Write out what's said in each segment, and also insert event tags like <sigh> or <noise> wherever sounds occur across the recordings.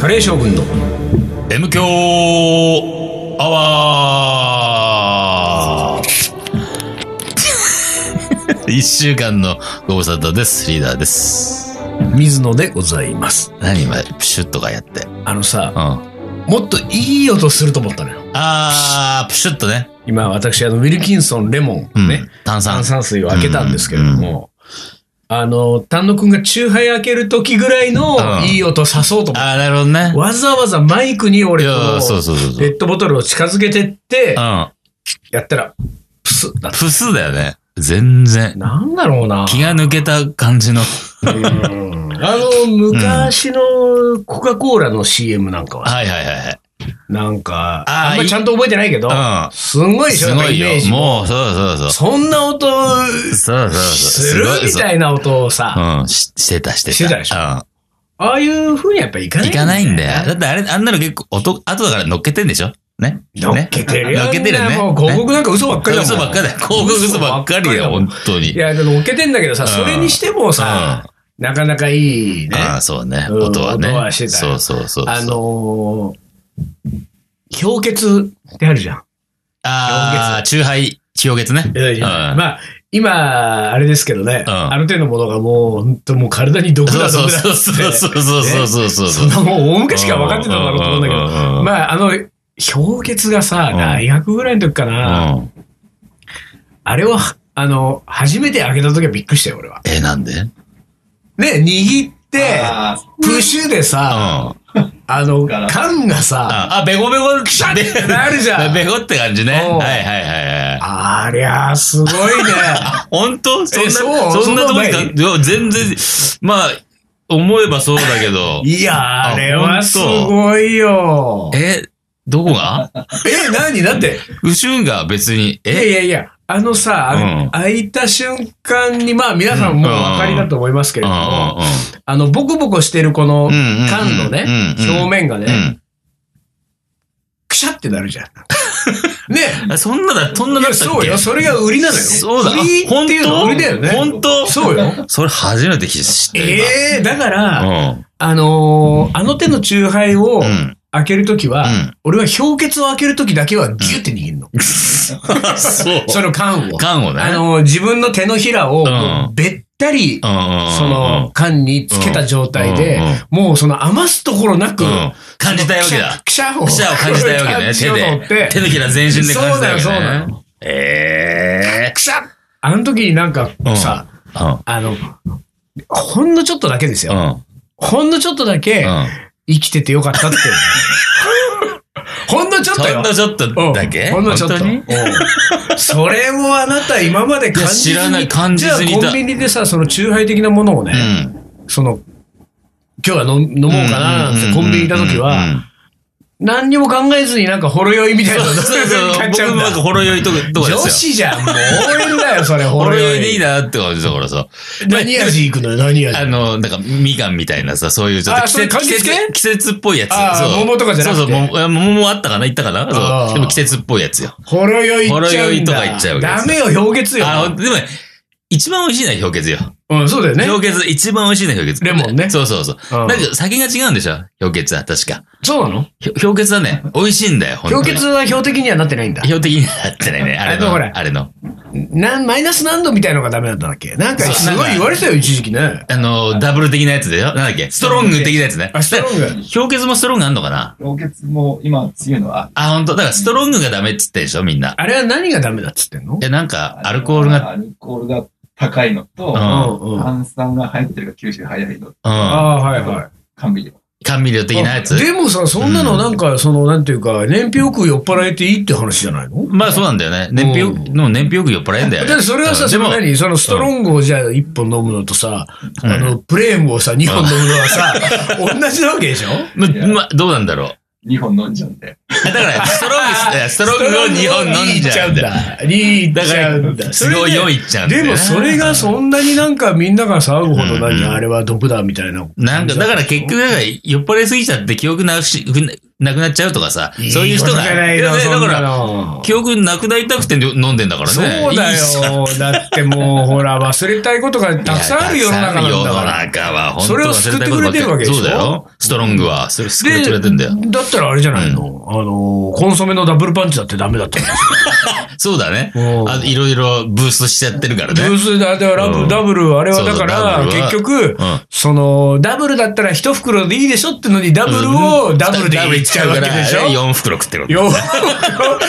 大将軍の M 強アワー <laughs> 一週間のご無沙汰です。リーダーです。水野でございます。何今、プシュッとかやって。うん。あのさ、あもっといい音すると思ったのよ。ー、プシュッとね。今私、あの、ウィルキンソンレモンね、うん。炭酸。炭酸水を開けたんですけれども、あの、丹野くんがチューハイ開ける時ぐらいのうんいい音さそうと思っあー、なるほどねて、。わざわざマイクにい俺こやーそうのそうそうそう。ペットボトルを近づけてってう、ん。やったら、プスッだった。プスだよね。全然。なんだろうな。気が抜けた感じの。うんあの、昔のコカ・コーラの CM なんかはさ、はいはいはいはい。なんか、あーあんまりちゃんと覚えてないけど、うんすごいでしょ、すごなんいかイメーよ。ジもう、そうそうそう。そんな音そうそうそう。するみいたいな音をさ、うん、ししてた、してた。してたでしょうん。ああいう風にやっぱいかない行かないんだよよ。だってあれ、あんなの結構音、後だから乗っけてんでしょね。乗っけてるよ。ね乗っけてるよね。もう広告なんか嘘ばっかりだもん。嘘ばっかりだよ。広告嘘ばっかりだよ、嘘ばっ本当に。いや、でも乗っけてんだけどさ、うんそれにしてもさ、なかなかいいね。ああ、そうね。うん音はね。音はしてたそようそうそう。あ、のー、氷結ってあるじゃん。ああ、中杯、中月ね。うん。まあ、今、あれですけどね、うんある程度のものがもう、本当もう体に毒そだうそ毒うだっそうつってそうそうそうそうそうそんなもう大昔から分かってたのかなと思うんだけど、どまあ、あの、氷結がさ、うん大学ぐらいの時かな、あ、うんあれは、あの、初めて開けた時はびっくりしたよ、俺は。え、なんでうん。ね、握って、プシュでさ、あ、あの、缶がさ、あベコベコ、くしゃってなるじゃん <laughs> ベコって感じね。はいうんはいはいはい。ありゃあ、すごいね。本当そんえな、そうそんなそとんこなにのか、ない。いや全然、まあ、思えばそうだけどいや、あれはあすごいよ。え、どこがえ、何だって、宇宙が別に、いやえいやいや、あのさ、うん開いた瞬間に、まあ皆さんもうお分かりだと思いますけうれんどうも、んうん。あの、ボコボコしてるこのうんうん缶のね、うんうん表面がね、うんくしゃってなるじゃん。 <laughs> ね <laughs> あそんなだ、そんなだいっやたっけそうよ、それが売りなのよ。そうだ。売りっていうのは売りだよね。本当そうよ。 <laughs> それ初めて知ってる。ええだから、うん。あのーあの手のチューハイをうん。開けるときは、うん俺は氷結を開けるときだけはギュって握るの。そう。その缶を。缶をね。あのー自分の手のひらをうんべったり、うんうんうんうん、その缶につけた状態で、うんうんうんもうその余すところなく、うん感じたいわけだ。くしゃくしゃを。記者を感じたいわけだね。感じ手ようと思ってで。手のひら全身で感じたいわけそうなのそうだなね。ええくしゃあの時になんかさ、ー。あの、ほんのちょっとだけですうよ。ん。うん。ほんのちょっとだけうん。生きててよかったって。ほんのちょっとほんよ。のちょっとだけうんほんのちょっと。本当にうんそれをあなた今まで感じずにいや知らない感じずにいたじゃあコンビニでさ、その中杯的なものをね、うん。その、今日は飲飲もうかななんてコンビニいた時うんうんうんは、何にも考えずになんかほろ酔いみたいなのそうそ <laughs> う買っちゃ僕うもんだなんかほろ酔いとか、とか女ですよ。子じゃん、もう応援だよ、それ、ほほろろ酔酔いい。でいいなって感じだからさ。何味行くのよ、何味。あの、なんか、みかんみたいなさ、そういうちょっとあ季それ節、柑季橘系節季節っぽいやつ。あーそう桃とかじゃなくてそうそう、桃桃もあったかな言ったかなあそーう。でも季節っぽいやつよ。ほろ酔い行っちゃほろ酔ういんとだ。か行っちゃうわけですダメよ、氷結よ。あー、ほんとでもね、一番美味しいのは氷結よ。うん、そうだよね。氷結、一番美味しいのは氷結。レモンねそうそうそう。うんだけど、先が違うんでしょ氷結は、確か。そうなのひょ氷結はね、美味しいんだよ、本当に氷結は標的にはなってないんだ。標的になってないね。あれあの。とほらあれの。なんマイナス何度みたいのがダメだったんだっけなんかそうすなんごかい言われてたよ、一時期ね。あの、ダブル的なやつだよ。なんだっけストロング的なやつね。あ、ストロング。氷結もストロングあんのかな氷結も今強いのは、あ、本当だからストロングがダメっつってんでしょみんな。あれは何がダメだっつってんのいや、なんか、アルコールが、アルコールが高いのと、ううんうん。あ炭酸が入ってるが吸収早いの、うん。あ、はいは甘味料。甘味料的なやい。つ。でもさ、そんなのなんか、その、なんていうか、燃費よく酔っ払えていいって話じゃないのまあそうなんだよね。燃費よく、でも燃費よく酔っ払えんだよね。だってそれはうさ、んそでもの、何そのストロングをじゃあ1本飲むのとさ、うんあの、プレームをさ、2本飲むのはさ、同じなわけでしょままあ、どうなんだろう。 2本飲んじゃうんで。だから、ストロン <laughs> グ、えストロングを日本飲んじゃうんだよ。 2いっだちかゃうんら、だ。すごい酔いっちゃうんだでよねもそれがそんなになんかみんなが騒ぐほどうんうん何あれは毒だみたいな。なんか、だから結局、だから酔っ払いすぎちゃって記憶なくし、なくなっちゃうとかさ、そういう人ことが。じゃないいやの、ねそだんかなら、の。記憶なくなりたくて飲んでんだからね。そうだいいさよ。だってもう、ほら、忘れたいことがたくさんある世の中なんだ世のから。中は本当それを救ってくれてるわけでしょそうだよ。ストロングは、それ救ってくれてんだよ。だったらあれじゃないの、あの、コンソメのダブルパンチだってダメだったんですそうだね。よあいろいろブーストしちゃってるからね。ブースだ、だからラブうんダブル、あれはだかそうだダら、ブルは結局、うんその、ダブルだったら一袋でいいでしょってのに、ダブルをダブルでいっちゃうわけでしょ4袋食ってる。洋袋、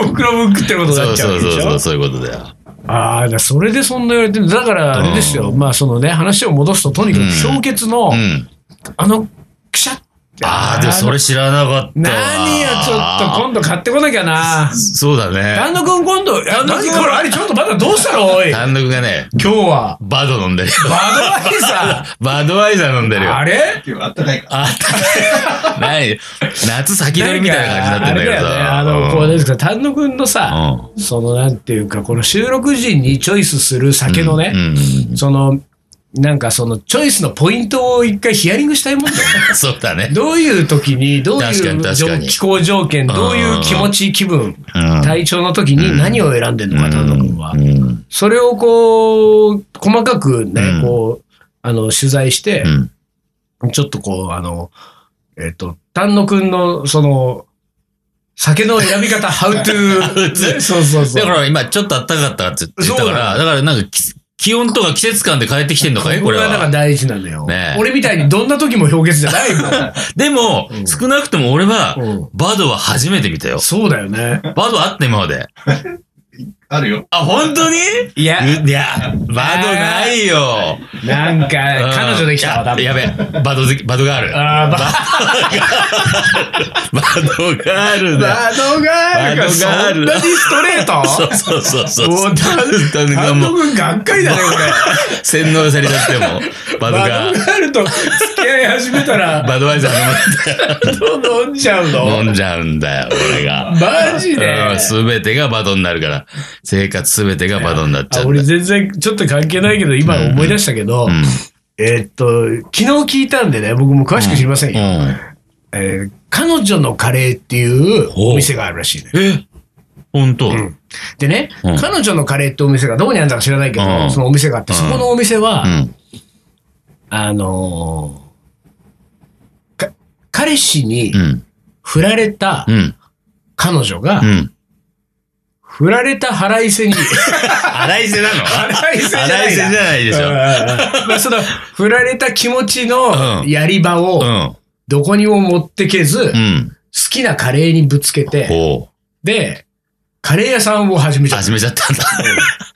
洋袋分食ってることにそなっうちゃうそわうけでそうしそょう、そういうことだよ。ああ、だからそれでそんな言われてる。だから、あれですよ。まあ、そのね、話を戻すと、とにかうんく氷結の、うん。あの、くしゃって。ああ、でもそれ知らなかった。何よ、ちょっと今度買ってこなきゃな。そうだね。丹野くん今度、あ、何これ、あれちょっとまだどうしたのおい。今単独がね、日は、バド飲んでるよ。バドワイザバドワイザー飲んでー。るよ。あれ今日あったかいから。あったかい。ない。夏先取りみたいな感じになってんだけどなんさ。かあれだよねあの、こう、なんですか、丹野くんのさ、うその、なんていうか、この収録時にチョイスする酒のね、んうんうんその、なんかそのチョイスのポイントを一回ヒアリングしたいもんだよね。 <laughs> そうだね。どういう時に、どう確かいにう確条かに気候条件、どういう気持ち、気分、うん体調の時に何を選んでるのか、丹野君はう。んそれをこう、細かくうねん、こう、あの、取材してう、んちょっとこう、あの、えっと、丹野くんの、その、酒の選び <laughs> 方、ハウトゥ How ー。 to ねそうそうそう。だから今ちょっと暖かかったって言ったそうかだら、よだからなんかき気温とか季節感で変えてきてんのかいこれがだからは。大事なのよね。え俺みたいにどんな時も氷結じゃないもんでもう、ん少なくとも俺は、うん。バドは初めて見たよ。そうだよね。バドあった今まで。あるよ。あ、本当にいや、いや、バドないよ。なんか、うん彼女できたわ、多分。いややべえ、バド好き、バドガール。バあー、バドガールだ。バドガールがそバドガーんルなにストレーそトうそうそうそう。もうだ <laughs> なんか監もう督がっかりだね、これ。洗脳されちゃっても、ババドドガガール。ールと付き合い始めたら、バドワイザーどん飲んじゃうの飲んじゃうんだよ、俺が。マジで。すべてがバドになるから、生活すべてがバドになっちゃあうん俺だ。全然ちょっと関係ないけど、今思い出したけどう、んえーっと、昨日聞いたんでね、僕も詳しく知りませんよ。うんえー彼女のカレーっていうお店があるらしいね。え本当んでね、うん彼女のカレーってお店がどこにあるんだか知らないけど、うんそのお店があって、うんそこのお店は、うんあのーか彼氏にうん。振られたうん。彼女が、うん。振られた腹い <laughs> せに、洗いせなの腹いせじゃ洗ないいせじゃないでし <laughs> ょ。うんまあその、振られた気持ちうのんやり場うを、ん。どこにも持ってけず、う好ん。きなカレーにぶつけて、ほで、カレー屋さんを始めう。ちゃっ始めちゃったんだ。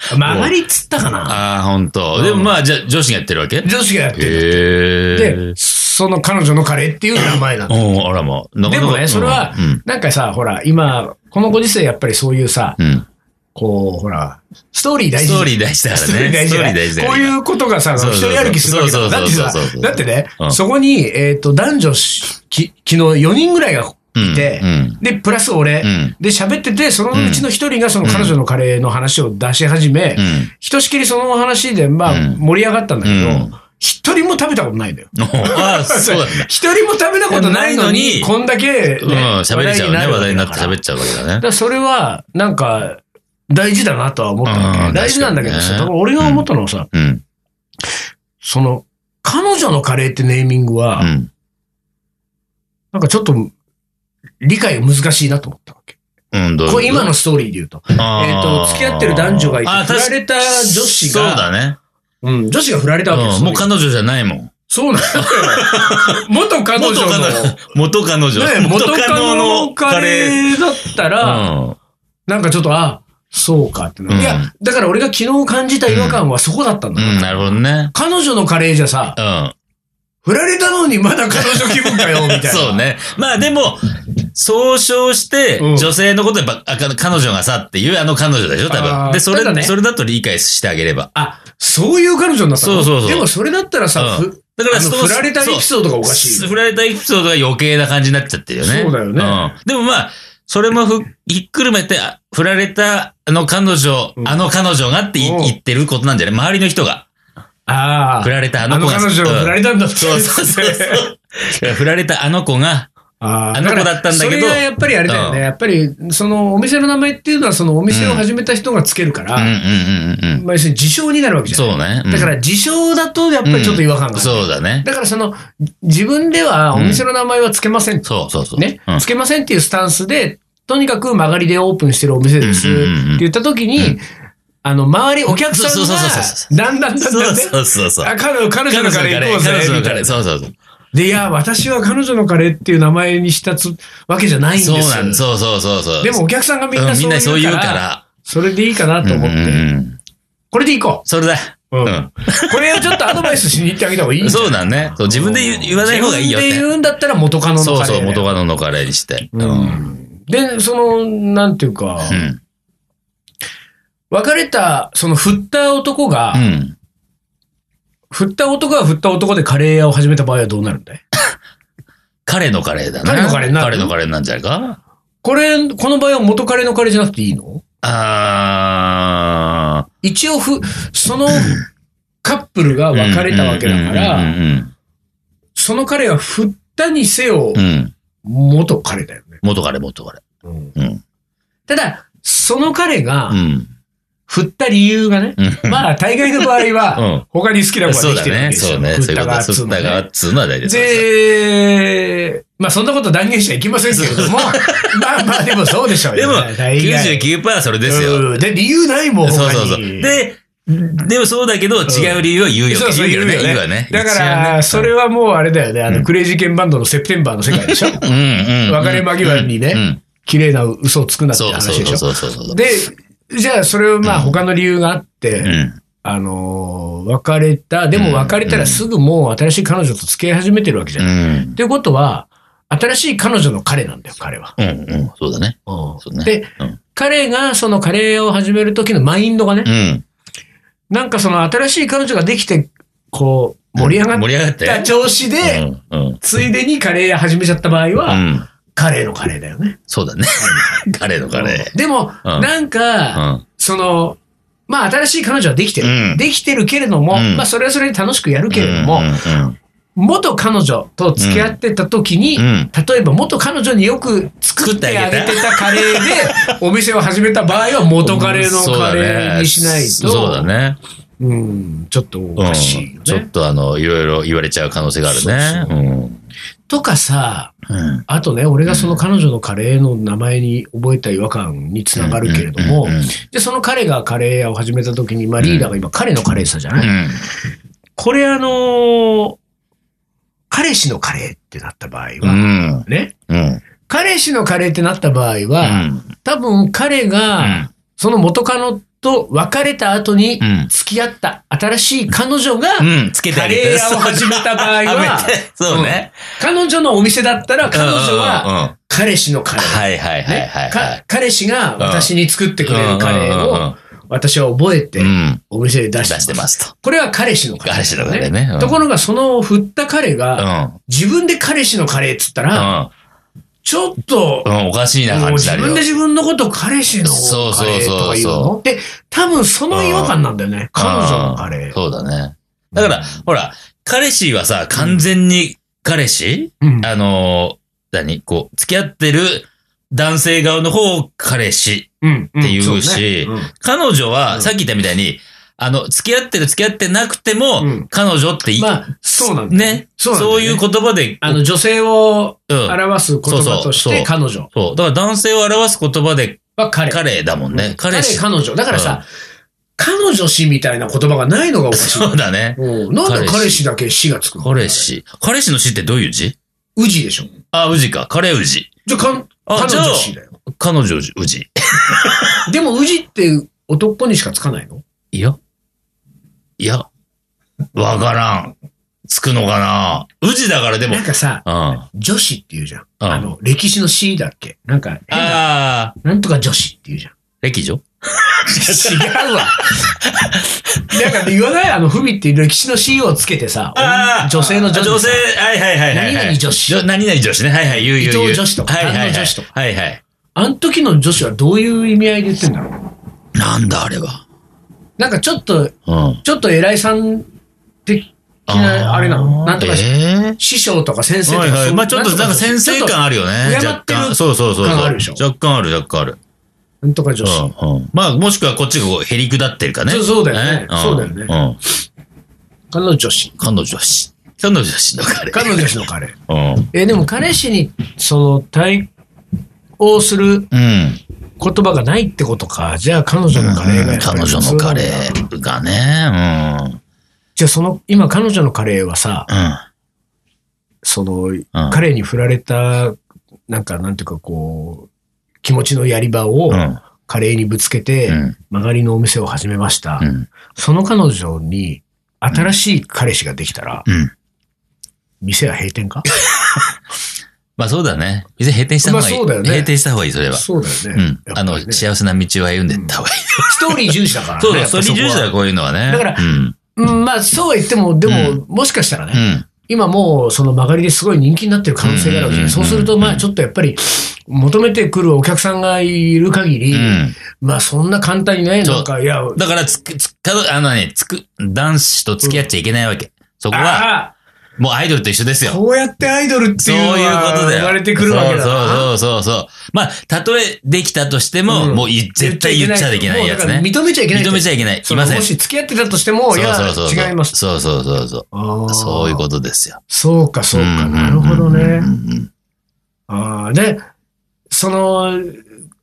た。曲がりっつったかなああ、本当。でもまあ、じゃあ女子がやってるわけへ女子がやってる。えで、。その彼女のカレーっていう名前なの。おおあらま。なかなかでもねそれはうん。なんかさ、ほら、今、このご時世やっぱりそういうさ、うん。こう、ほら、ストーリー大ス事トーリー出したからね。ストーリー大事ストーリーだ大よ事だこういうことがさ、そう一そうそう人歩きするわけだから。だっそうてそうそうさそう、だってねう、んそこに、えっと、男女し、き、昨日4人ぐらいがいてう、ん。で、プラス俺う、ん。で、喋ってて、そのうちの一人がその彼女のカレーの話を出し始めう、ん。ひとしきりその話で、まあ、うん盛り上がったんだけうどん、一人も食べたことないんだよ。 <laughs> おああ、そうなんだ。一人も食べたことないのに、ないのにこんだけ、ねうん、喋れちゃうね。話題になってるわけだから喋っちゃうわけだだねか。らそれは、なんか、大事だなとは思ったわけうん大事なんだけどさ、確だかかにねら俺が思ったのはさ、うん。その、彼女のカレーってネーミングは、うん。なんかちょっと、理解難しいなと思ったわけ。うん、どういうこことれ今のストーリーで言うと。えっえっ、と、付き合ってる男女がいて、振られた女子そうだが、ね。うん、女子が振られたわけですうんよ。もう彼女じゃないもん。そうなんだよ。元彼女元の、彼女ね、。元彼女。元彼女のカレーだったら、ー。なんかちょっと、あ、そうかってなる、うんいや、だから俺が昨日感じた違和感はそこだったんうだ、ん、うん、なるほどね。彼女のカレーじゃさ、うん。振られたのにまだ彼女気分かよ、みたいな。そうね。まあでも、総称して、うん女性のことでば、あか彼女がさっていうあの彼女でしょ、多あー分。で、それ、ただねそれだと理解してあげれば。あ、そういう彼女になったのそうそうそうでもそれだったらさ、うんふだかあらのその、振られたエピそうソードがおかしいよ。振られたエピソードが余計な感じになっちゃってるよね。そうだよねうん。でもまあ、それもふひっくるめて、あ振られた、あの彼女、うんあの彼女がっていうん言ってることなんじゃない周りの人が。あ振られたああのの子が。彼女が振られれたんだって。 <laughs> そうそうそうそう。振られたあの子が、ああの子だったんだけどそれがやっぱりあれだよね。うんやっぱり、そのお店の名前っていうのは、そのお店を始めた人がつけるかうんうら、んうんうんまあ、要するに自称になるわけじゃん。そうね。うんだから、自称だと、やっぱりちょっと違和感がある。そうだね。だから、その、自分ではお店の名前はつけません。そうそうそう。ねうん。つけませんっていうスタンスで、とにかく曲がりでオープンしてるお店です。っうんうんうんうんて言った時うに、あの、周り、お客さんそうそうそうそうが、だんだんだんそだうんね、そうそうそう。あ、彼女彼女のカレー行こうぜ彼。女のみたいカなレー、そうそうそう。で、いや、私は彼女のカレーっていう名前にしたつわけじゃないんですそうよ。なんそうそうそうそう。でもお客さんがみんうなんみそんうなそう言言ううか、からら。それでいいかなと思っうんうて。んうんこれでいこそれだ。う。う。うんこれをちょっとアドバイスしに行ってあげた方がいいんん。じゃない <laughs> そうだね。そう自分で言う言わない方がいいよっ自分でて。言うんだったら元カノのそうカレーだよ。そう、元カノのカレーにして。う。うんん。で、その、なんていうか、うん。別れた、その振った男が、うん。振った男が振った男でカレー屋を始めた場合はどうなるんだい彼のカレーだな。彼のカレーになる彼のカレーなんじゃないかこれ、この場合は元カレーのカレーじゃなくていいのあー。一応ふ、そのカップルが別れたわけだかうら、んその彼が振ったにせようんうんう、ん。うん。元彼だよね。元彼、元彼。うんただ、その彼がうん。振った理由がね、うん。まあ大概の場合うは、ん。他に好きな子がそうできてだるわけね。ですそよ。うね。そういうことだ。振すっったたががっっつうのはつうのね大事でで、す。まあそんなこと断言しちゃいけませんけれども、 <laughs> まあまあでもそうでしょうでもよ、ね。大概99%はそれですよ。うんで、理由ないもん、そう他にそうそう。で、でもそうだけど、ん違う理由を言うよ。そうそう言うよね。言うよね言うわね。だか一応ねら、それはもうあれだよね、あうの、んクレイジーケンバンドのセプテンバーの世界でしょうんうん。別れ間際にねうんうん。綺麗な嘘をつくなってそう話そうでしょそうそうそう。で、じゃあそれをまあうん他の理由があって、うん。あのー別れた、でも別れたうらんすぐもう新しい彼女と付き合い始めてるわけじゃ。うんっん。ていうことは、新しい彼女の彼なんだよ、彼は。うんうん。そうだね。そうね。で、うん彼がそのカレー屋を始める時のマインドがね、うん。なんかその新しい彼女ができて、こう、盛り上がっ盛り上がって。た調子で、うんうん。ついでにカレー屋始めちゃった場合うは、ん。カレーのカレーだよね。そうだね。彼のカレでも、うんなんか、ー。うん。その、まあ新しい彼女はできてる。うんできてるけれども、うんまあそれはそれで楽しくやるけれども、うんうん元彼女と付き合ってた時に、うん例えば元彼女によく作ってあげてたカレーでお店を始めた場合は元カレーのカレーにしないと、そうだね。うん、ちょっとおそうだかねしいようんねちょ。っとあの、いろいろ言われちゃう可能性があるね。そううんとかさ、うん。あとね、俺がその彼女のカレーの名前に覚えた違和感につながるけれどもうんうんうん、で、その彼がカレー屋を始めた時に、まあリーダーが今彼のカレーさじゃうない、ん。これあのー彼氏のカレーってなった場合うは、ん。ね、うん。彼氏のカレーってなった場合うは、ん。多分彼が、その元カノと別れた後にうん付き合った新しい彼女が、うん。つけてカあげレーて。屋を始めた場合はは、めてそうね。彼女のお店だったら彼女はは、彼氏のカレー。はいはいはいはいはかい。彼氏が私に作ってくれるカレうんうんうんうーんを私は覚えてうん。お店で出出してましすてますと。これは彼氏のカレー、彼氏のカレーねうんところがその振った彼うん。うがん。自分で彼氏のカレーっつったら、ちょっと、うん。おかしいなもう感じ自だ分で自分のこと彼氏のそうカそレうーとそかう言うそので、多分その違和感なんだよね。彼女のカレー。そうだね。だから、ほら、彼氏はさ、完全に彼氏うん、あのー、何こう、付き合ってる男性側の方を彼氏。うんって言うしそね彼女うは、んさっき言ったみたいに、あの、付き合ってる付き合ってなくてもうん、彼女ってうんいまあ、そうなんだよね。そうなんだよねそういう言葉で、あの、女性をうん表す言葉としそうてそう彼女そう。だから男性を表す言葉では彼。彼だもんね。彼彼氏。彼女。だからさ、彼女氏みたいな言葉がないのがおかしい。そうだね。うんなんで彼氏彼氏だけ氏がつくの彼。氏。彼氏の氏ってどういう字うじでしょ。あ、うじか。彼うじ。じゃあ、かんあ彼じゃあ女氏だよ。彼女うじ。でも、うじって男にしかつかないのいや。いや。わからん。つくのかなうじだからでも。うなんん。かさ、あ女子って言うじゃん。うんあの、歴史の詩だっけなんか、変なあー、なんとか女子って言うじゃん。歴女違うわ。 <laughs> なんか言わないあの、ふみって歴史の詩をつけてさ、あー女性の女子。女性、はいはいはいはい。何々女子女何々女子ね。はいはい。言う言う言う。伊藤女子とかはいはい丹はい野女子とかはいはい。あの時の女子はどういう意味合いで言ってんだろうなんだあれは。なんかちょっと、うん。ちょっと偉いさん的きなあれなのなんとかしえ師匠とか先え生とかはいはそい。うまあちょっとなんか先生ちょっ感あるよね。敬若ってる干。そうそうそうそう。感あるでしょ若干ある、若干ある。となんとか女子。うんうん。まあもしくはこっちがこう、へりくだってるかね。そうそうだよねんそうだよねうん。彼女女子。彼女はし、彼女はしの彼。彼女女子の彼。うん。え、でも彼氏に、その、対応するうん。言葉がないってことか。じゃあ彼女のカレーがやっぱり彼普通な女んだのカレーがね、じゃあその、今彼女のカレーはさ、うん。うん。その、ん彼に振られた、なんか、なんていうかこう、気持ちのやり場をうん。カレーにぶつけて、うん。曲がりのお店を始めました。うん。その彼女に、新しい彼氏ができたら、うん。店は閉店かまあそうだね。店閉店した方がいい。まあそうだよね閉店した方がいい、それは。そうだようね。ん。あの、やっぱりね幸せな道を歩んでった方がいい。ストーリー重視だからね。そうだ、やっぱそれこは重視だ、こういうのはね。だからうん。うんまあ、そうは言っても、でも、うもしかしたらね、うん。今もうその曲がりですごい人気になってる可能性があるわけじゃない。うんうんうんそううんすると、まあちょっとやっぱり、求めてくるお客さんがいる限り、うん。まあそんな簡単にね、そうなんか、いや、だから、つく、つかど、あのね、つく、男子と付き合っちゃいけないわけ。そこは、あもうアイドルと一緒ですあ、よ。こうやってアイドルってそういうのいうはことだよ。生まれてくるわけだなそうそうそうそう。まあ、たとえできたとしても、うんもうい絶対言っちゃいけないやもつねう。だから認めちゃいけない。認めちゃいけない。いまそせん。のもし付き合ってたとしても、いや、違います。そうそうそうそう。ああそういうことですよ。そうか、そうか。んんなるほどうんね。うんああで、その、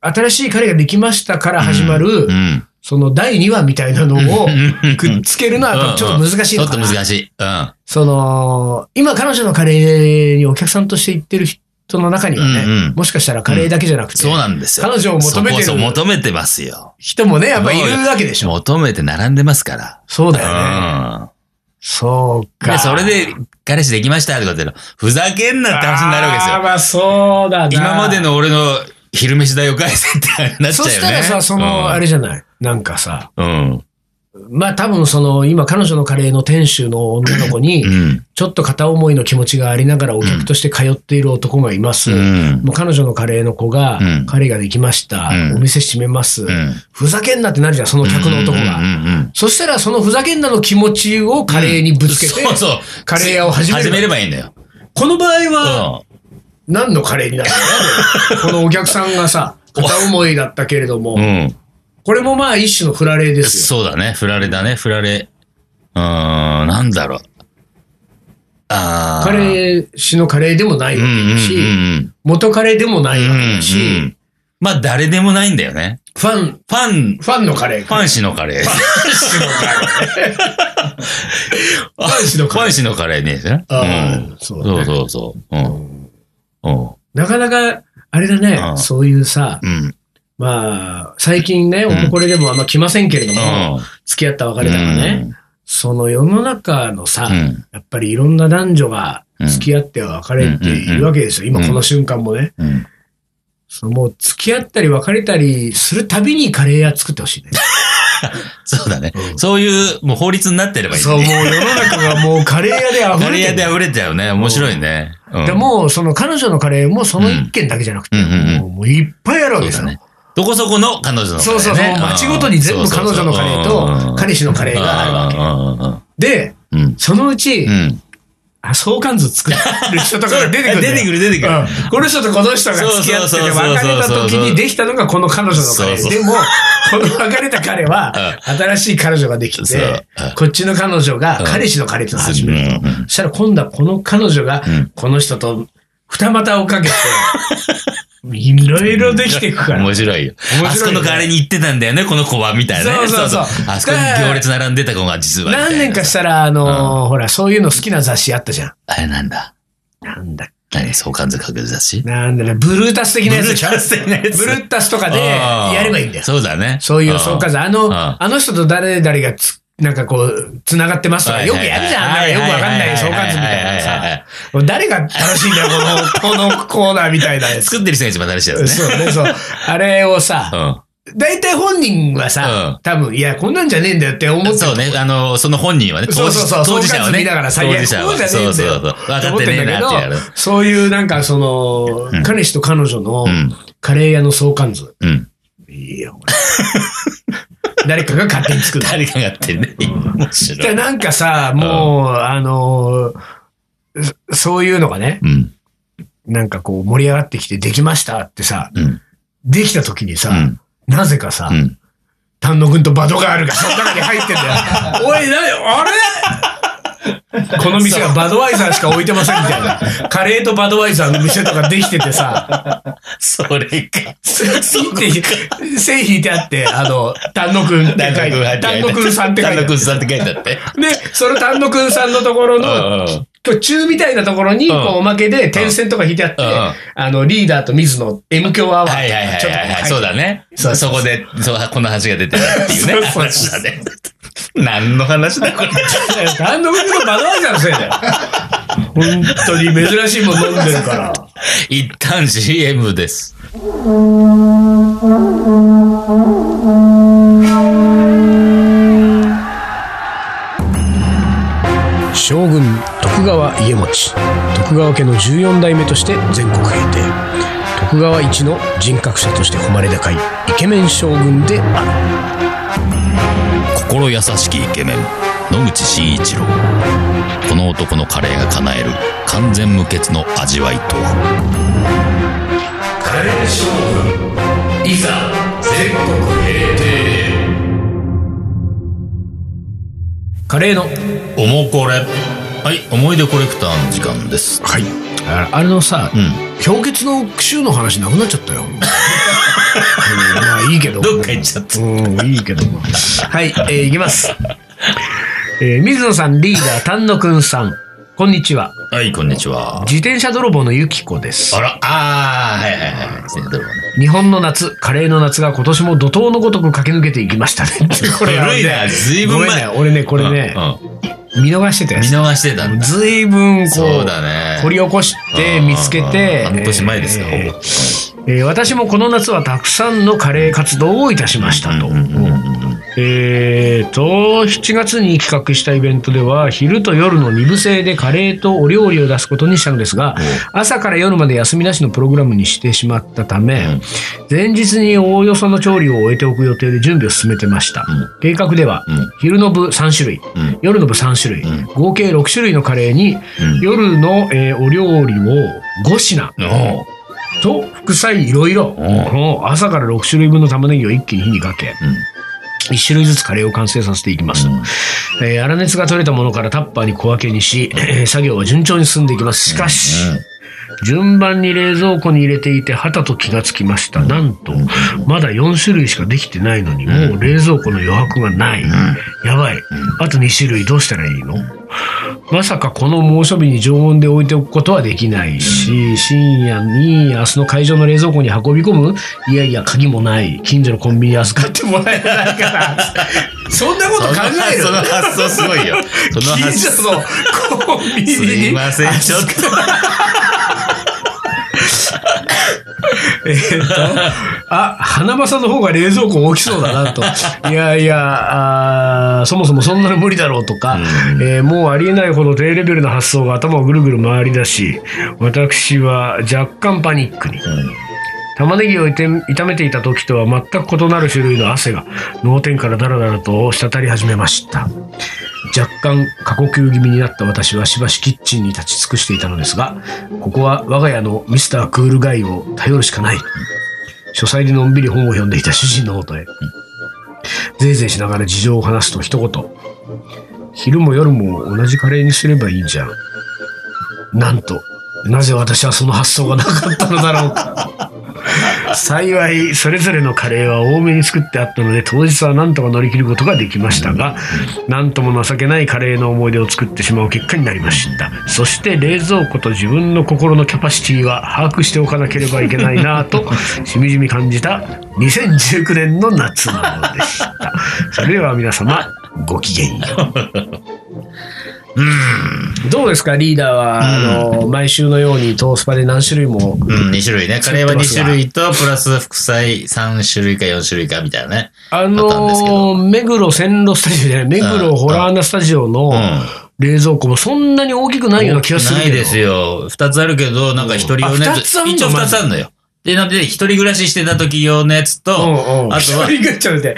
新しい彼ができましたから始まる、うん。その第2話みたいなのをうんくっつけるのはやっぱちょっと難しいちょのっかとな。難しい。うん。その、今彼女のカレーにお客さんとして行ってる人の中にはね、うんうんもしかしたらカレーだけじゃなくて、そうなんですよ。彼女を求めてそうそうる求めてますよ。人もね、やっぱいるわけでしょ。求めて並んでますかそうだよね。ら。そううん。か。で、それで、彼氏できましたとかって言うのふざけんなって話になるわけですあーよ。まあそうだな。今までの俺の昼飯代を返せってなっちゃうよね。そしたらさ、その、うんあれじゃない。なんかさ、うん。まあ多分その、今彼女のカレーの店主の女の子にう、ん。ちょっと片思いの気持ちがありながらお客として通っている男がいます。うん。もう彼女のカレーの子が、うんカレーができました、うんお店閉めます、うんふざけんなってなるじゃん、その客の男が。うんうんうんうんそしたら、そのふざけんなの気持ちをカレーにぶつけて、そうそう。カレー屋を始めるればいいんだよ。この場合は、う何のカレーになるのこのお客さんが <laughs> さ、片思いだったけれども、ん。うん。これもまあ一種のフラレーですよ。そうだね。振られだね。振られ。うーん、なんだろう。あーカレー師のカレーでもないうんわうんけだし、うん元カレーでもなういん。うわけだし、んうん。まあ、誰でもないんだよね。ファン、ファン、ファンのカレー。ファン氏のカレー。ファン氏のカレーファン氏のカレーね。あうんあそうだそねうそうそう。うん。うん。なかなか、あれだうね、んそういうさ、うん。まあ、最近ね、んおもこれでもあんま来ませんけれども、うん付き合った別れたらね、その世の中のさ、うんやっぱりいろんな男女が付き合っては別れているわけですよ。んうん今この瞬間もね。うん。そのもう付き合ったり別れたりするたびにカレー屋作ってほしいね。そうだねう。んそういう、もう法律になってればいいそう、もう世の中がもうカレー屋で溢カれレーて屋る。で溢れちゃうね。面白いね。うんでもうその彼女のカレーもその一軒だけじゃなくて、うんうんうんもうもういっぱいあるわけそうですよ。だね。どこそこの彼女のカレーね。そうそうそう、街ごとに全部彼女のカレーと彼氏のカレーがあるわけ。わで、け。うん。そのうち、うん。あ相関図作る人とかが出てくるんだよ。出てくる、出てくる。うんこの人とこの人が付き合っててそうそうそう別そうれた時にできたのがこの彼女の彼。そうそうでも、この別れた彼は新しい彼女ができそてう、こっちの彼女が彼氏の彼と始めるうと。そしたら今度はこの彼女がんこの人と二股をか <laughs> けて、いろいろできていくから。面白いよ。白いねあそこのカレーに行ってたんだよね、この子は、みたいなそね。うそうそうあそこに行列並んでた子が実は。みたいな何年かしたら、あのー、ほら、そういうの好きな雑誌あったじゃん。あれなんだ。なんだっ何相関図書く雑誌けなんだね、ブルータス的なやつでしょブルータス的なやつブルータスとかであーやればいいんだよ。そうだね。そういう相関図。あの、ああの人と誰々がつ、なんかこう、繋がってますとか、よくやるじゃん。あんなはいよくはいわはいかんない相関図みたいなのさ。もう誰が楽しいんだよ、この、このコーナーみたいなやつ。作ってる人が一番楽しいやつね。そうね、そう。あれをうさ、ん。大体本人はうさ、多分、いや、こんなんじゃねえんだよって思ってるそうね、あの、その本人はね、そ当う事そうそう当事者は相関ね、図見ながら当最悪事者はね、そうじゃねえんだよ分かってねえなってやる。そういうなんかその、彼氏と彼女のうんカレー屋の相関図。 <laughs> うん。いいよ、 <laughs> 誰かが勝手に作る。誰かがってね。面白でい。なんかさ、もう、あのーそそういうのがね、うん。なんかこう盛り上がってきてできましたってさ、うん。できた時にさ、うん。なぜかさう、ん。丹野くんとバドガールがその中に入ってん <laughs> だよ。おい、なに、あれこの店はバドワイザーしか置いてませんみたいな。カレーとバドワイザーの店とかできててさ、それか。ピッて、線引いてあって、あの、丹野くんって書いて、丹野くんさんって書いてある丹野くんさんって書いてあって。で、その丹野くんさんのところうのんうん。途中みたいなところに、うこんう、おまけで点線とか引いてあって、うんうんあの、リーダーと水野 M 強アワーとはいはいはいかちょっとはいはい。そうだね。そうそ、そこで、そう、この話が出てるっていうねそう、そう話だね。何の話だこれ。単独のバドワイザーのせいだよ。本当に珍しいもの飲んでるから。一旦 CM です。将軍徳川家持徳川家の14代目として全国平定徳川一の人格者として誉れ高いイケメン将軍である心優しきイケメン野口真一郎この男のカレーが叶える完全無欠の味わいとはカレー将軍いざ全国平定カレーのおもこれはい思い出コレクターの時間ですはいああれのさ、うん氷結の句集の話なくなっちゃったようん <laughs> まあいいけどどっか行っちゃったうん、いいけども。はい、えーいきます。えー水野さんリーダー、丹野くんさん。こんにちは。はいこんにちは自転車泥棒のゆきこですあ。らあーはいはいはい先生どうもね日本の夏、カレーの夏が今年も怒涛のごとく駆け抜けていきましたね。 <laughs> 古いなずいぶん前ごめんね俺ね、これねう、んうん見逃してたや見つ。逃してたんだずいぶんこそうだう、ね掘り起こして、見つけて。うんうんうん半年前ですかえほぼーえー私もこの夏はたくさんのカレー活動をいたしましたと。うんうんうんうんえーと、7月に企画したイベントでは、昼と夜の二部制でカレーとお料理を出すことにしたのですが、朝から夜まで休みなしのプログラムにしてしまったため、うん前日におおよその調理を終えておく予定で準備を進めてました。うん計画では、うん昼の部3種類、うん夜の部3種類、うん合計6種類のカレーに、うん夜の、えーお料理を5品おうと副菜いろいろ、ん朝から6種類分の玉ねぎを一気に火にかけ、1種類ずつカレーを完成させていきますと、えー粗熱が取れたものからタッパーに小分けにし、えー作業は順調に進んでいきますしかし、順番に冷蔵庫に入れていてはたと気がつきましたなんとまだ4種類しかできてないのにもう冷蔵庫の余白がない、やばいあと2種類どうしたらいいのまさかこの猛暑日に常温で置いておくことはできないし、深夜に明日の会場の冷蔵庫に運び込むいやいや、鍵もない。近所のコンビニに預かってもらえない <laughs> から。そんなこと考えるその発想すごいよその近発想所のコンビニに。すいませ <laughs> んちょっとえーっと、あ、花正の方が冷蔵庫大きそうだなと。いやいや、あーそもそもそんなの無理だろうとか、えーもうありえないほど低レベルな発想が頭をぐるぐる回りだし、私は若干パニックに。玉ねぎを炒めていた時とは全く異なる種類の汗が脳天からダラダラと滴り始めました。若干過呼吸気味になった私はしばしキッチンに立ち尽くしていたのですが、ここは我が家のミスタークールガイを頼るしかない。書斎でのんびり本を読んでいた主人の元へ。ぜいぜいしながら事情を話すと一言。昼も夜も同じカレーにすればいいじゃん。なんと、なぜ私はその発想がなかったのだろうか。幸い、それぞれのカレーは多めに作ってあったので、当日はなんとか乗り切ることができましたが、なんとも情けないカレーの思い出を作ってしまう結果になりました。そして冷蔵庫と自分の心のキャパシティは把握しておかなければいけないなぁと、しみじみ感じた2019年の夏なのでした。それでは皆様、ごきげんよう。どうですか、リーダーは、あの、毎週のようにトースパで何種類も。うん、2種類ね。カレーは2種類と、プラス副菜3種類か4種類かみたいなね。ああったんですの、けど目黒線路スタジオじゃない、目黒ホラーナスタジオの冷蔵庫もそんなに大きくないような気がするけど。ないですよ。2つあるけど、なんか1人用のやあ二つ。つあんの一応2つあるのよ。で、なんで、一人暮らししてた時用のやつと、うんうん。あ一とは人、暮らしちゃうて。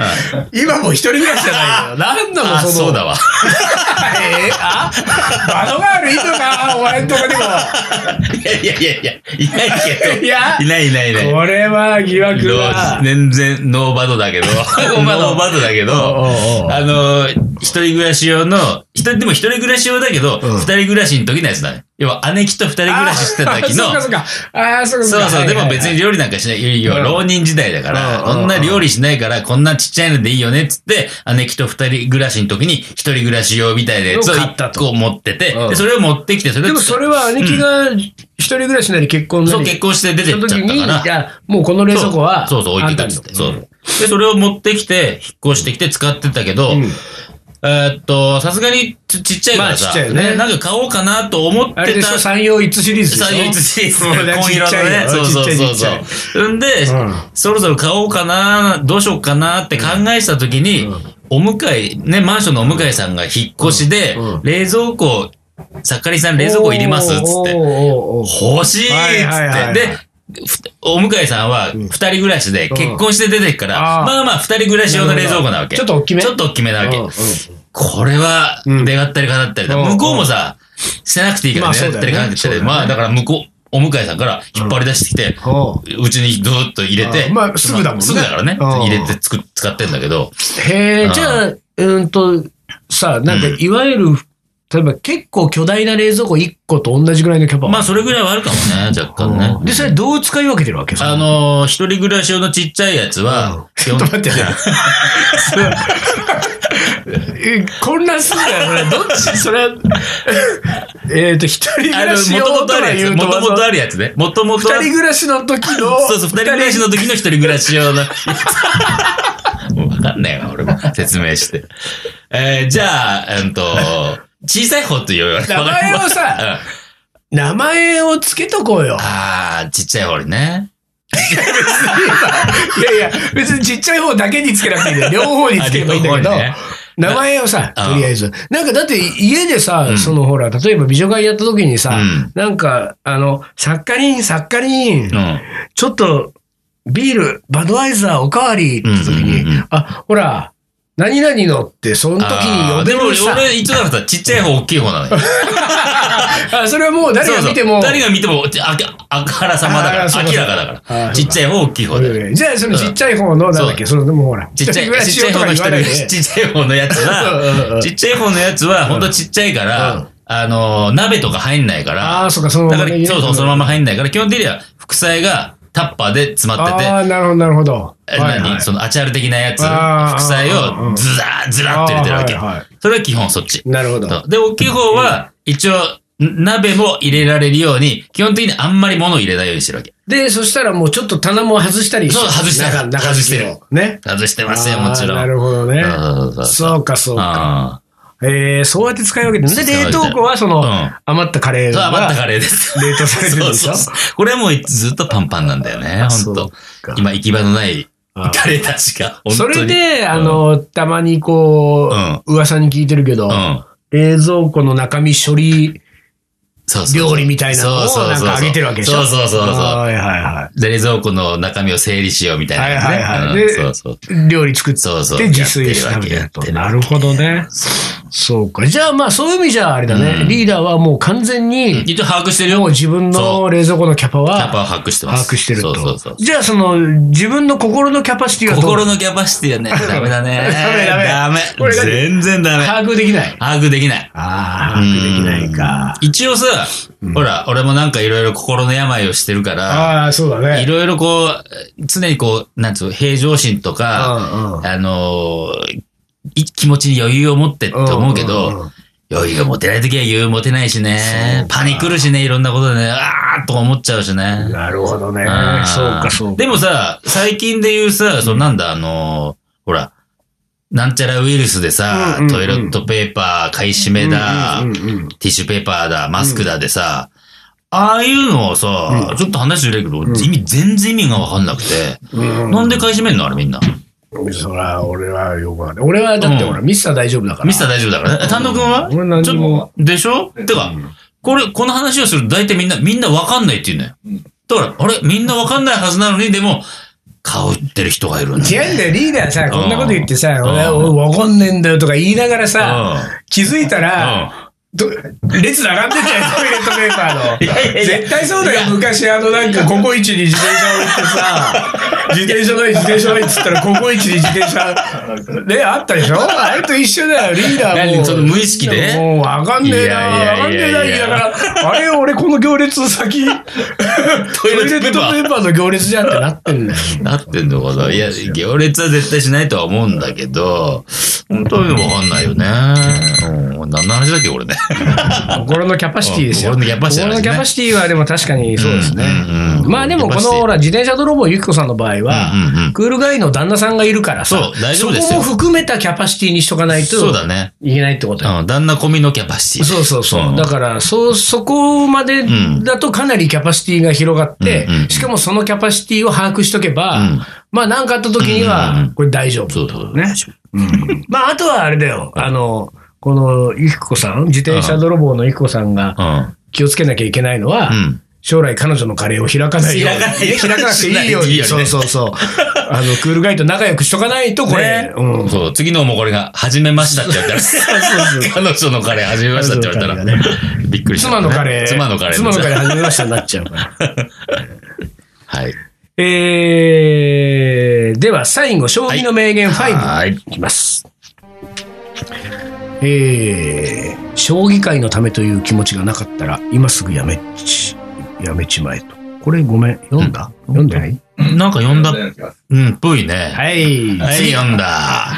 今も一人暮らしじゃないよ。なんだもんあ、その。そうだわ。 <laughs> <laughs> えーあバドがあるいいのかお前んとこでも。いやいやいやいや、いないけど。いやいないいないいな <laughs> い。これは疑惑だ。全然ノーバド <laughs> だけど、ノーバドバドだけど、おうおうおうあの、一人暮らし用の、一人、でも一人暮らし用だけど、うん二人暮らしの時のやつだね。要は姉貴と二人暮らししてた時あ、そのうかそうか。ああ、そうかそうかそう、でも別にはい料理なんかしない。要はうん浪人時代だから、うんこんな料理しないから、こんなちっちゃいのでいいよねっつって、姉貴と二人暮らしの時に一人暮らし用みたいなやつをを買っ一たと個持ってて、うんでそれを持ってきて、それをでもそれは姉貴が一人暮らしなり結婚なり。そう結婚して出てっちゃったその時にからいや、もうこの冷蔵庫は。そうそう、置いてたあっんつって。のそう。で、それを持ってきて、引っ越してきて使ってたけど、うんえーっと、さすがにちちっちゃいからさ、まあちっちゃいよねなんか買おうかなと思ってた。あれでしょ山陽一シリーズでしょ最後シリーズ。そうだ紺ちっ色ちのゃね。いそうそうそうちっちそ。ゃいうんで、うんそろそろ買おうかな、どうしようかなって考えてた時に、お向かい、ね、マンションのお向かいさんが引っ越しで、うんうん冷蔵庫、さっかりさん冷蔵庫いりますっつって。おーおーおーおー欲しいっつって、はいはいはいでふたお向かいさんはん二人暮らしで結婚して出てくから、あーまあまあ二人暮らし用の冷蔵庫なわけ。ちょっと大きめちょっと大きめなわけ。うんうんこれは、うん出がったりかなったりだ。うん向こうもさ、してなくていいから、まあ出がったりかなったりしそてうだよねまあだから向こう、お向かいさんから引っ張り出してきて、おーうちにドーッと入れて、あまあすぐだもんねすぐだからね。うん入れてつく使ってんだけど、へうえん、じゃあ、うーんと、さあ、なんか、いわゆる、例えば結構巨大な冷蔵庫1個と同じぐらいのキャパ。まあそれぐらいはあるかもね、若干ねうん。で、それどう使い分けてるわけあ、のー、一人暮らし用のちっちゃいやつは、基ちょ本っと待ってね。 <laughs> え混乱すんだよ、これ。どっちそれ、えっと、一人暮あの、らし用もとともとあはるや言つ。うもと、ともとあ二るやつね。もともと。人暮らしの時の、そうそう、二人暮らしの時の一人暮らし用のやつ。もうわかんないわ、俺も。説明して。えー、じゃあ、うんと、小さい方と言われ名前をさ、名前をつけとこうよ。あー、ちっちゃい方にね。いやいや、別にちっちゃい方だけにつけなくていい <laughs> んだよ。両方につければいいんだけどあ両方にね、名前をさ、うんとりあえず。なんかだって家でうさん、そのほら、例えば美女会やった時にさうん、なんか、あの、サッカリン、サッカリンう、ん。ちょっとビール、バドワイザーおかわりって時うんうんうんうにん、あ、ほら、何々のって、その時にあ呼ーべでもるさ、俺、いつだったらちっちゃい方、大きい方なのよ。あそれはもう誰が見ても、誰が見ても、あきあからさまだから、あーそうそう明らかだかあら。ーちっちゃい方、大きい方だよ。じゃあそのちっちゃい方の、なんだっけ、その、でもほら、ちっちゃい、一人暮らちっしちゃい用と方かの一言わ人ない暮らで <laughs> し、ちっちゃい方のやつうんうんうは、んちっちゃい方のやつは、ほんとちっちゃいかうらん、あのー、鍋とか入んないから、ああ、そうか、そのだまかまねら、そうそう、そのまま入んないから、基本的には副菜がタッパーで詰まっててあ、あ、なるほど、なるほど。えはいはい何そのアチャール的なやつ、あー副菜うんうをんずらーずらっと入れてるわけあーはいはい。それは基本そっち。なるほど。そうで、大きい方は、一応、ん鍋も入れられるように、基本的にあんまり物を入れないようにしてるわけ。で、そしたらもうちょっと棚も外したりそう外してる中中外してる敷きをね。外してますよ、もちろん。あーなるほどね。そうそうそうそうか、そうか。あーえー、そうやって使い分けてる。で、冷凍庫はその、うん余ったカレーそう、余ったカがレーです。冷凍されてるんでしょ <laughs> そうそうそうこれはもうずっとパンパンなんだよね、あ本そう当か今行き場のないあーカレーたちが、本当そに。れで、あうん、の、たまにこう、噂に聞いてるけど、うん冷蔵庫の中身処理そうそう料理みたいなのそうをそうなんそうかあげてるわけでしょ。そうそうそうそはいはいはう。で、冷蔵庫の中身を整理しようみたいなね。はいはいはいうんでそうそう。い。料理作っそうそうて自炊して食べてやっるてと。るわなけるほどね。そうか。じゃあまあそういう意味じゃあれだね。うんリーダーはもう完全に、一応把握してるもうよ。自分の冷蔵庫のキャパキャパはを把握してま把す。握してると。そうそうそう。じゃあその自分の心のキャパシティはどう心のキャパシティはね、ダメだね。 <laughs> ダメダメこれダ何メ。全然ダメ。把握できない。把握できない。ああ、把握できないか。一応さ、ほら、俺もなんかいろいろ心の病をしてるから、ああ、そうだいね。ろいろこう、常にこう、なんつうの、平常心とか、うんうんあのーい気持ちに余裕を持ってって思うけど、うんうんうん余裕が持てない時は余裕持てないしそねう、かパニクるしね、いろんなことでね、あーっと思っちゃうしね。なるほどねあー。そうか、そうか。でもさ、最近で言うさ、そのなんだ、あのーほら、なんちゃらウイルスでさ、うんうんうんトイレットペーパー買い占めだ、うんうんうんティッシュペーパーだ、マスクだでさ、ああいうのをさ、ちょっと話ずれるけど、意味、全然意味がわかんなくて、うんなんで買い占めんのあれみんな。そら、俺はよくわかんない。俺はだってほら、うミスター大丈夫だから。ミスター大丈夫だからね。丹野くんは俺何ちょもでしょてか、これ、この話をすると大体みんな、みんなわかんないって言うのよ。だから、あれみんなわかんないはずなのに、でも、顔売ってる人がいるんだね。違うんだよ、リーダーさ、こんなこと言ってさ、うん俺、うん俺わかんねえんだよとか言いながらうさ、気づいたら、ど列並んで <laughs> たよ、トイレットペーパーの。いやいやいや絶対そうだいよ、や昔あのなんか、ココイチに自転車を置いて <laughs> さ、自転車ない、自転車ないっつったら、ココイチに自転 <laughs> 車、ね、あったでしょあれと一緒だよ、リーダーも。何その無意識でもうわかんねえな、いやわいかんねやえいな、やい言やいながら、あれ、俺この行列先、トイレットイレットペーパーペーパーの行列じゃんってなってんだよ。 <laughs> ん。なってんのかないや、行列は絶対しないとは思うんだけど、本当にわかんないよね。うん。何の話だっけ、俺ね。心のキャパシティですよ。心のキャパシティ心のキャパシティはでも確かにそうですねうんうんう。んまあでもこキャパシテのィほら自転車泥棒ゆきこさんの場合はうんうんうん、クールガイの旦那さんがいるからさそ、う大丈そこ夫ですよも含めたキャパシティにしとかないとそうだね。いけないってことよ。うん。旦那込みのキャパシティ。そうそうそう。んだから、そう、そこまでんだとかなりキャパシティが広がってうんう、んしかもそのキャパシティを把握しとけばうん、まあ何かあった時にうんうんうはん、これ大丈夫。そうそう。ね。まああとはあれだよ、あの、このゆきこさん、自転車泥棒のゆきこさんがうん。気をつけなきゃいけないのは、うん。将来彼女のカレーを開かないように。開かない開かようになくていいように。いいよねそうそうそう。あの、クールガイと仲良くしとかないと、これ。ねうん。そう、次のおもこれが、始めましたって言わ <laughs> れたら、彼女のカレー始めましたって言われたら、びっくりした、妻のカレー。妻のカレー。妻のカレー始めましたになっちゃうから。はい。えー、では最後、将棋の名言5。はい。いきます。えー、将棋界のためという気持ちがなかったら、今すぐやめち、やめちまえと。これごめん、読んだ、読んでないなんか呼んだ、うん、ぽいね。はいはい、呼んだ。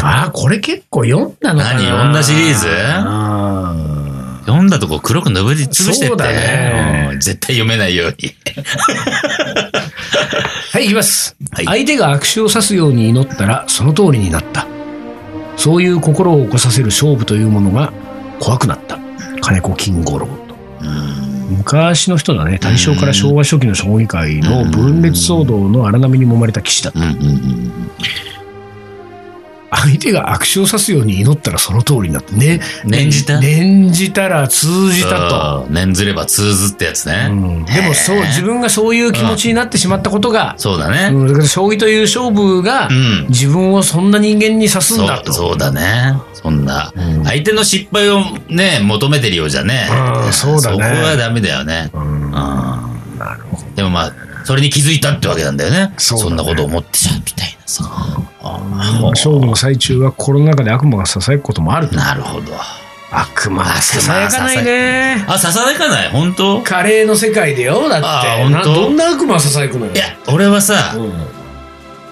ああ、これ結構読んだのかな。何読んだシリーズあ読んだとこ黒く塗りつぶしてって。そうだねうん絶対読めないように。ーはい、いきます、はい相手が握手を指すように祈ったら、その通りになった。そういう心を起こさせる勝負というものが怖くなった。金子金五郎と。昔の人だね。大正から昭和初期の将棋界の分裂騒動の荒波に揉まれた騎士だ。うんうんうん。相手が握手を指すように祈ったらその通りになった。ね。念じた念じたら通じたと。そう念ずれば通ずってやつね。うんでもそう、へえ自分がそういう気持ちになってしまったことが、そうだうね。んだから将棋という勝負がう、ん。自分をそんな人間に指すんそだと。う、そうだね。そんな。うん相手の失敗をね、求めてるようじゃねうん。そうだねそこはダメだよね。うんうんなるほど。でもまあ、それに気づいたってわけなんだよね。そうだねそんなこと思ってちゃうみたいなさ。あー勝負の最中は心の中で悪魔が囁くこともあると。なるほど。悪魔は囁囁かかなないいね。あ、ささやかない本当カレーの世界でよ、だっあて。ーな本当どんな悪魔は囁くのよ。いや、俺はさ、うん、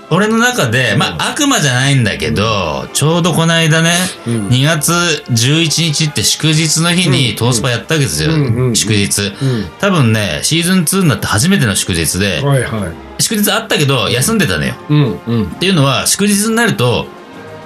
俺の中で、まあ、悪魔じゃないんだけど、ちょうどこの間ね、うん2月11日って祝日の日うんにトースパやったわけですよ。うんうんうん祝日。うん多分ね、シーズン2になって初めての祝日で、はいはい。祝日あったけど、休んでたのよ。うんうん。っていうのは、祝日になると、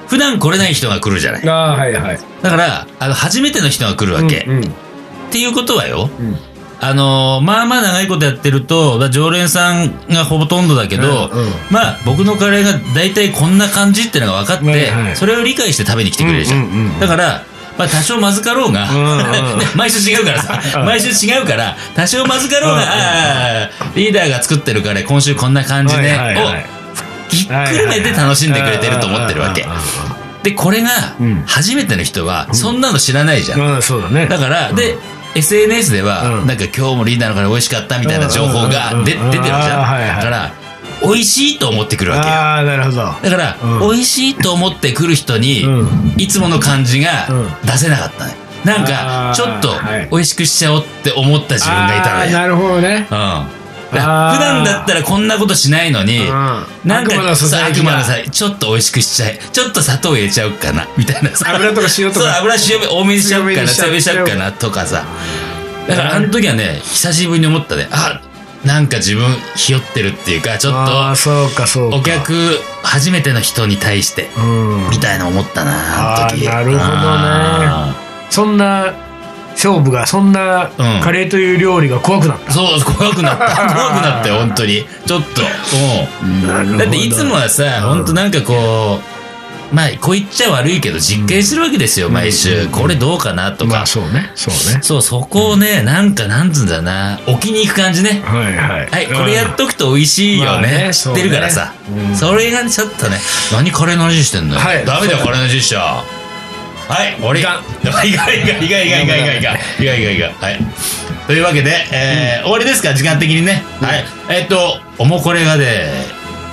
普段来れない人が来るじゃない。ああ、はいはい。だから、あの、初めての人が来るわけ。うんうんっていうことはよ、うんあのーまあまあ長いことやってると、だ常連さんがほとんどだけど、うんうんまあ僕のカレーが大体こんな感じってのが分かって、はいはいそれを理解して食べに来てくれるじゃん。うんうんうんだから、まあ多少まずかろうが、うんうんね <laughs> 毎週違うか <laughs> らさ、毎週違うから、多少まずかろうが、ああリーダーが作ってるカレー今週こんな感じね、はいはいはいをひっくるめて楽しんでくれてると思ってるわけ。で、これがうん初めての人はそんなの知らないじゃん。うん、そうだね。だから、で、SNS では、うんなんか今日もリーダーのカレー美味しかったみたいな情報うんうんうんうがん出出てるわけじあーはいゃはん。いだから、美味しいと思ってくるわけよ。ああ、なるほど。だから、うん美味しいと思ってくる人に、うんいつもの感じがう出せなかったね。なんあーか、ちょっとはい美味しくしちゃおうって思った自分がいたのあーよ。なるほどね。うんだからあー普段だったらこんなことしないのに、うんなん悪魔のかさささや悪き魔がのさちょっと美味しくしちゃえちょっと砂糖入れちゃおうかなみたいなさ油とか塩とそう、か。油塩多めにしちゃおうか強めな、にしちゃう強めにしちゃおうかなとかさ。だから、あの時はね、久しぶりに思ったね。あ、なんか自分、ひよってるっていうか、ちょああ、っそうか、そうか。と、お客、初めての人に対して、うん。みたいな思ったな、あの時。あーなるほどねあそんな勝負が、そんなうんカレーという料理が怖くなっーそう、怖くなった。 <laughs> 怖くなったよ、本当に。ちょっと。た。なるうん。だって、いつもはさ、本当なんかこう、まあ、こう言っちゃ悪いけど、実験してるわけですよ、毎週。これどうかなとまあか。そうね。そうね。そう、そこをね、なんか、なんつうんだな、置きに行く感じね。はいはい。はい、これやっと。とくと美味しいよまあね。ね知ってるからさ。そうねうんそれがちょっとね、何カレーの味してんのよ。はいダメだよ、そうカレーの味しちゃ。はい、終わり。いかんいかん。いかん、いかん、いかん、いかん、いかん、いかん、いかん、いかん、いかん。はい。というわけで、えー終わりですか、時間的にね。はい。えっと、おもこれがで、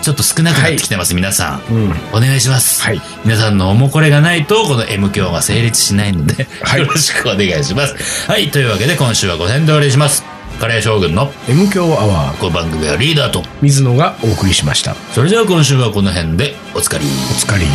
ちょっと少なくなってきてます、皆さうん。ん。お願いします。はい皆さんのおもこれがないと、この M 教が成立しないので、はいよろしくお願いします。はい、というわけで今週はご戦でお願いします。カレー将軍の M 強アワー、この番組はリーダーと。水野がお送りしました。それでは今週はこの辺でおつかり。お疲れ。